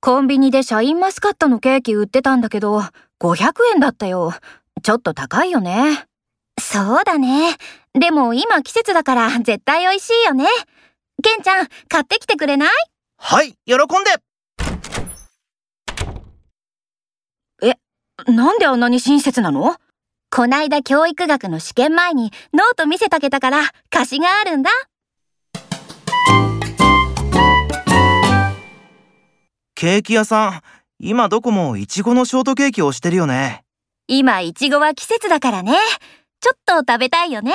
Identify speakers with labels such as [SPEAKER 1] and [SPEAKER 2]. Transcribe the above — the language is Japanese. [SPEAKER 1] コンビニでシャインマスカットのケーキ売ってたんだけど、500円だったよ。ちょっと高いよね。
[SPEAKER 2] そうだね。でも今季節だから絶対美味しいよね。ケンちゃん、買ってきてくれない
[SPEAKER 3] はい、喜んで
[SPEAKER 1] なんであんなに親切なの
[SPEAKER 2] こないだ教育学の試験前にノート見せたけたから貸しがあるんだ。
[SPEAKER 3] ケーキ屋さん、今どこもイチゴのショートケーキをしてるよね。
[SPEAKER 2] 今、イチゴは季節だからね。ちょっと食べたいよね。